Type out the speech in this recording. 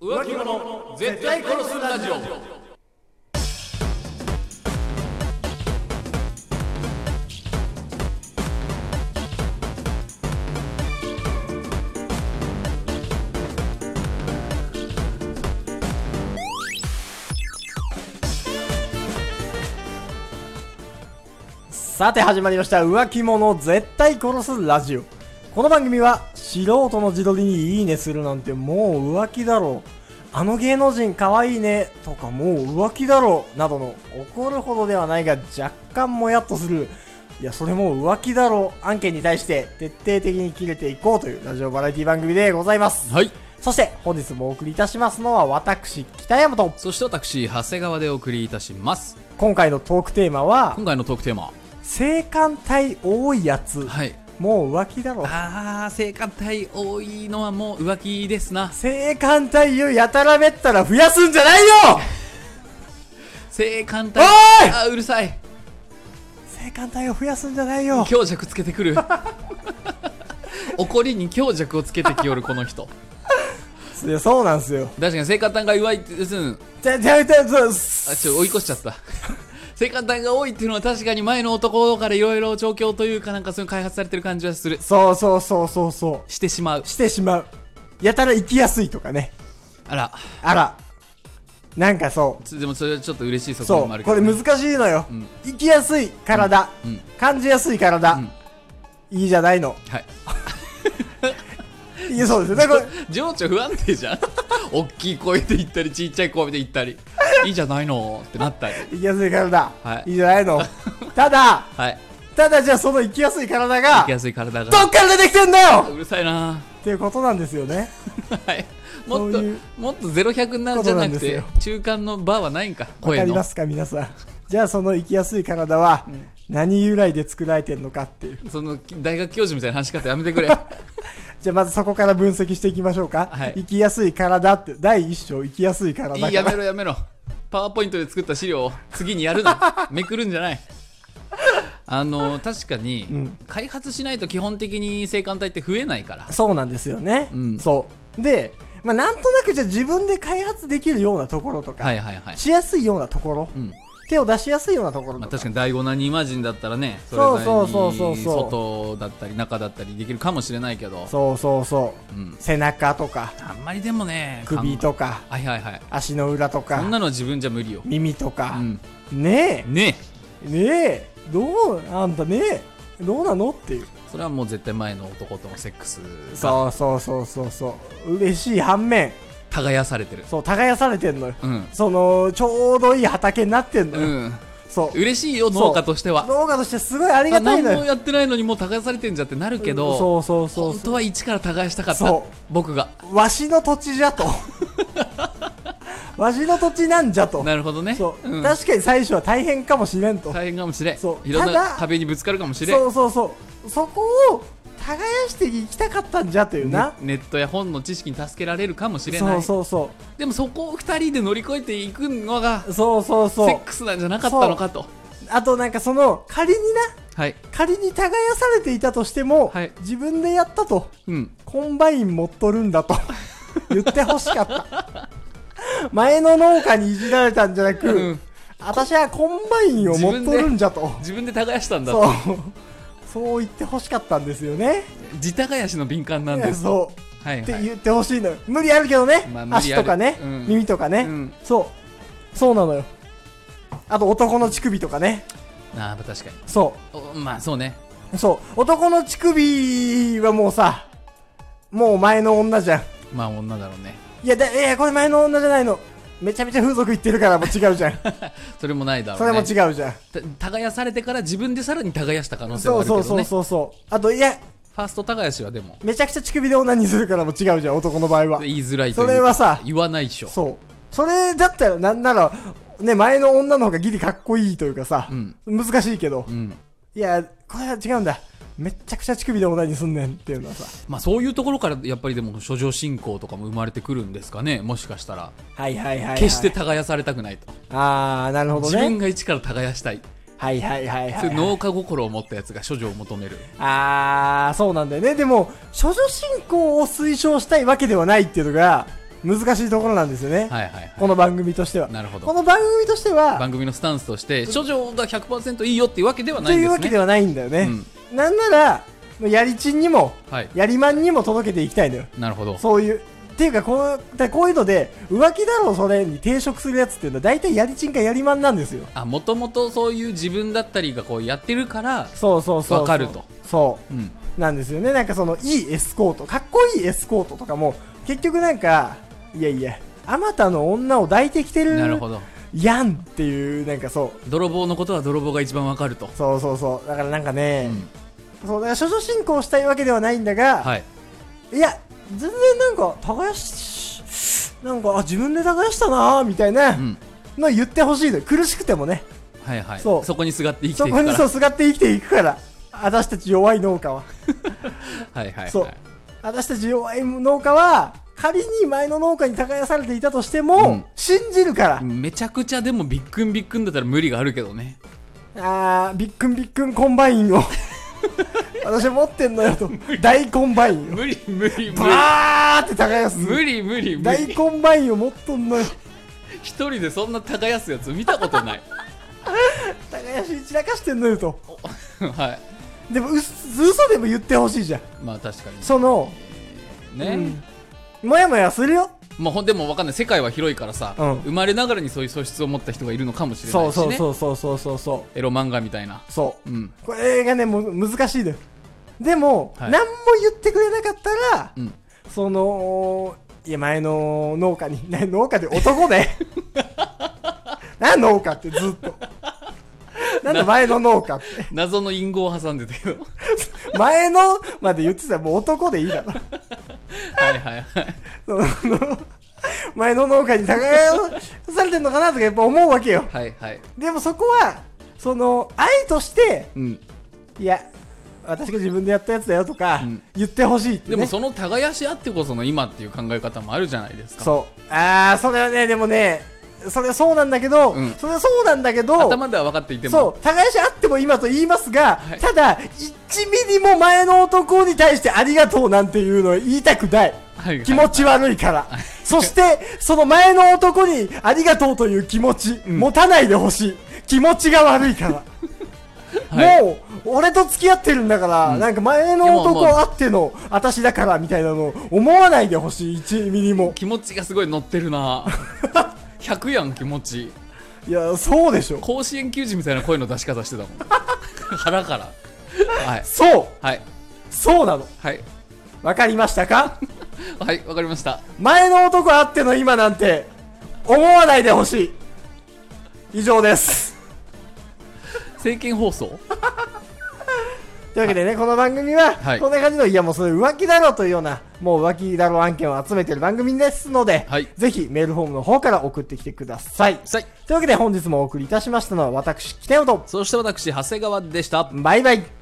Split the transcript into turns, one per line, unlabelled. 浮気者絶対殺すラジオ
さて始まりました浮気者絶対殺すラジオこの番組は素人の自撮りにいいねするなんてもう浮気だろうあの芸能人かわいいねとかもう浮気だろうなどの怒るほどではないが若干もやっとするいやそれもう浮気だろう案件に対して徹底的に切れていこうというラジオバラエティ番組でございます
はい
そして本日もお送りいたしますのは私北山と
そして私長谷川でお送りいたします
今回のトークテーマは
今回のトークテーマ
性感帯多いやつ
はい
もう浮気だろう
あー性感帯多いのはもう浮気ですな
性感帯をやたらめったら増やすんじゃないよ
性感帯
おい
あーうるさい
性感帯を増やすんじゃないよ
強弱つけて くる怒りに強弱をつけてきよるこの人
いやそうなんすよ
確かに性感帯が弱いってうん
じゃじゃじゃじゃ
あちょ追い越しちゃった 性感帯が多いっていうのは確かに前の男からいろいろ調教というかなんかそういう開発されてる感じはする
そうそうそうそうそ
してしまう
うしてしまうやたら生きやすいとかね
あら
あらなんかそ
つでもそれはちょっと嬉しいう側
そ
面もあ
う
る
こ
けど
れ
ね、
難しいのよ、
ん
生きやすい体、
うん
感じやすい体、
うん
いいじゃないの
はい
いやそうですよだからこれ
情緒不安定じゃん 大きい声で言ったりちっちゃい声で言ったりいいじゃないのってなったり
生きやすい体、
はい
いじゃな いのただ
はい
ただじゃあその生きやすい体
生
が
きやすい体が
どっから出てきてんだよ
うるさいな
っていうことなんですよね
はいもっ
そ
と
ういう
もっとゼロ百なんじゃなくて
ことなん
中間のバーはないんか
わか
声
りま
の
すか皆さんじゃあその生きやすい体は何由来で作られてんのかっていう
その大学教授みたいな話し方やめてく れ
じゃあまずそこから分析していきましょうか、
はい
生きやすい体って第一章生きやすい体
い
か
いやめ
ら
ろやめろパワーポイントで作った資料を次にや るのめくるんじゃないあの確かに、
うん
開発しないと基本的に性感帯って増えないから
そうなんですよね、
うん
そうで、まあ、なんとなくじゃあ自分で開発できるようなところとか、
はいはいはい、
しやすいようなところ、
うん
手を出しやすいようなところとか,、
まあ、確かに第5ナニーマジンだったらねそれ
そう
な
そう
り
そうそう
に
そう
外だったり中だったりできるかもしれないけど、
そうそうそうう、
ん、
背中とか
あんまりでもね
首とか
かんはいはいはい
足の裏と
そ
か
んなの自分じゃ無理よ、
耳とか
う、ん、
ねえ
ね
ねえどうあんたねえどうなのっていう
それはもう絶対前の男とのセックスが
そうそうそうそうそう嬉しい反面
耕されてる
そう耕されてんのよ
うん
そのちょうどいい畑になってんの
う
よ、
ん
そう
嬉しいよ農家としては
農家としてすごいありがたい
何
の
も
よ
やってないのにもう耕されてんじゃってなるけど、
そうそうそう
本当は一から耕したかった
そ
僕が
わしの土地じゃとわしの土地なんじゃと
なるほどね
そう、
ん
確かに最初は大変かもしれんと
大変かもしれん
そう
いろん
ただ
な壁にぶつかるかもしれん
そうそうそうそこを耕していきたかったんじゃというな、
ネットや本の知識に助けられるかもしれな
そ
いう
そうそ
でもそこを2人で乗り越えていくのが
うそうそう
セ
そう
ックスなんじゃなかったのかと
あとなんかその仮にな
はい
仮に耕されていたとしても、
はい
自分でやったと
うん
コンバイン持っとるん だと言ってほしかった前の農家にいじられたんじゃなく、
うん
私はコンバインを持っとるんじゃと
自分で耕したんだ
そ
と
うそう言ってほしかったんですよね
自耕しの敏感なん
いや
です
そう
はい
って
はい
言ってほしいのよ無理あるけどね、
まあ無理ある
足とかね、
うん
耳とかね、
うん
そうそうなのよあと男の乳首とかね
ああ確かに
そう
おまあそうね
そう、男の乳首はもうさ、もう前の女じゃん。
まあ女だろうね
いや、だいやこれ前の女じゃないの。めちゃめちゃ風俗行ってるからもう違う じゃん。
それもないだ
そ
ろ
れ
う
も
ね
違うじゃん。
た耕されてから自分でさらに耕した可能性は
そ
あ
う
るけど
そ
ね
うそうそうそう。あと、いや、
ファースト耕しはでも
めちゃくちゃ乳首で女にするからも違うじゃん、男の場合は。
言いづらいとい
そうれはさ、
言わないでしょ
そう。それだったら、なんなら、ね、前の女の方がギリかっこいいというかさ、
うん
難しいけど、
うん
いや、これは違うんだ。めっちゃくちゃ乳首で女にすんねんっていうのはさ。
まあそういうところからやっぱりでも諸女信仰とかも生まれてくるんですかねもしかしたら
はいはいはい、はい。
決して耕されたくないと
あー、なるほど
自分
ね。
が一から耕したい
はいはいはいはい、はい。
そういう農家心を持ったやつが処女を求める
あー、そうなんだよね。でも、処女信仰を推奨したいわけではないっていうのが、難しいところなんですよね、
はいはいはい
この番組としては
なるほ
こ
ど
の番組としては
番組のスタンスとして処女が100%いいよっていうわけでは
と
ないん
い
で
う
す
わ
ね
けではないんだよね、なんならもうやりちんにも
うん、はい
やりまんにも届けていきたいのよ
なるほど
そういうっていうかこうだこういうので浮気だろうそれに抵触するやつっていうのは大体やりちんかやりまんなんですよ
あもともとそういう自分だったりがこうやってるから
そうそうそうそう
わかると
そう
うん
なんですよね。なんかそのいいエスコート、かっこいいエスコートとかも、結局なんか、いやいや、あまたの女を抱いてきてる
なるほど
やんっていう、なんかそう、
泥棒のことは泥棒が一番わかると、
そうそうそう、だからなんかね
う、ん
そうだから処女進行したいわけではないんだが、
はい
い、や、全然なんか、耕し、なんか、あ、自分で耕したなーみたい
う
な
ん
の言ってほしいのよ苦しくてもね、
はいはい
そう
こにすがって生き
そ
ていく
こ
か
に
ら
そうすがって生きていくから、私たち弱い農家は。
はいはいはい
そう私たち弱い農家は仮に前の農家に耕されていたとしても、
うん
信じるから、
めちゃくちゃでもビックンビックンだったら無理があるけどね
あービックンビックンコンバイ ンを私持ってんのよと大コンバインを
無理無理無理
バーって耕す
無理無理無
大
理
コンバインを持っとんのよ
一人でそんな耕すやつ見たこと ない
耕し散らかしてんのよと
はい
でもうす嘘でも言ってほしいじゃん
まあ確か
その
にね、
うんもやもやするよ
まあほんでもわかんない世界は広いからさ、
うん
生まれながらにそういう素質を持った人がいるのかもしれないし、ね、
そうそうそうそうそうそうそう
エロ漫画みたいな
そう、
うん
これがねもう難しいのよでも、
はい
何も言ってくれなかったら、
うん
そのいや前の農家に、 ね、農家で 男でなん農家ってずっとなんで前の農家って
謎の隠語を挟んでた けど
前のまで言ってたらもう男でいいだろ
はいはいはい
その前の農家に耕されてんのかなとかやっぱ思うわけよ
はいはい
でもそこはその愛として
うん
いや私が自分でやったやつだよとか
うん
言ってほしいって、
で
ね
もその耕しあってこその今っていう考え方もあるじゃないですか
そう。ああ、それはね、でもね、それはそうなんだけど、
うん
それはそうなんだけど、
頭では分かっていても
そう、耕しあっても今と言いますが、
はい
ただ、1ミリも前の男に対してありがとうなんていうのは言いたくない。
はいはい
気持ち悪いから。そして、その前の男にありがとうという気持ち、
ん
持たないでほしい。気持ちが悪いから。
はい
もう、俺と付き合ってるんだから、
ん
なんか前の
いや
男
まあま
あっての、私だから、みたいなのを思わないでほしい、1ミリも。
気持ちがすごい乗ってるな 100やん気持ち
いや、そうでしょ。
甲子園球児みたいな声の出し方してたも ん腹からはい
そう
はい
そうなの
はい
わかりましたか
はいわかりました
前の男あっての今なんて、思わないでほしい以上です。
政見放送
というわけでね、この番組は、
はい
こんな感じの、いやもうそれ浮気だろうというような、もう浮気だろう案件を集めてる番組ですので、
はい
ぜひメールフォームの方から送ってきてください。
さい
というわけで本日もお送りいたしましたのは、私、北野と、
そして私長谷川でした
バイバイ。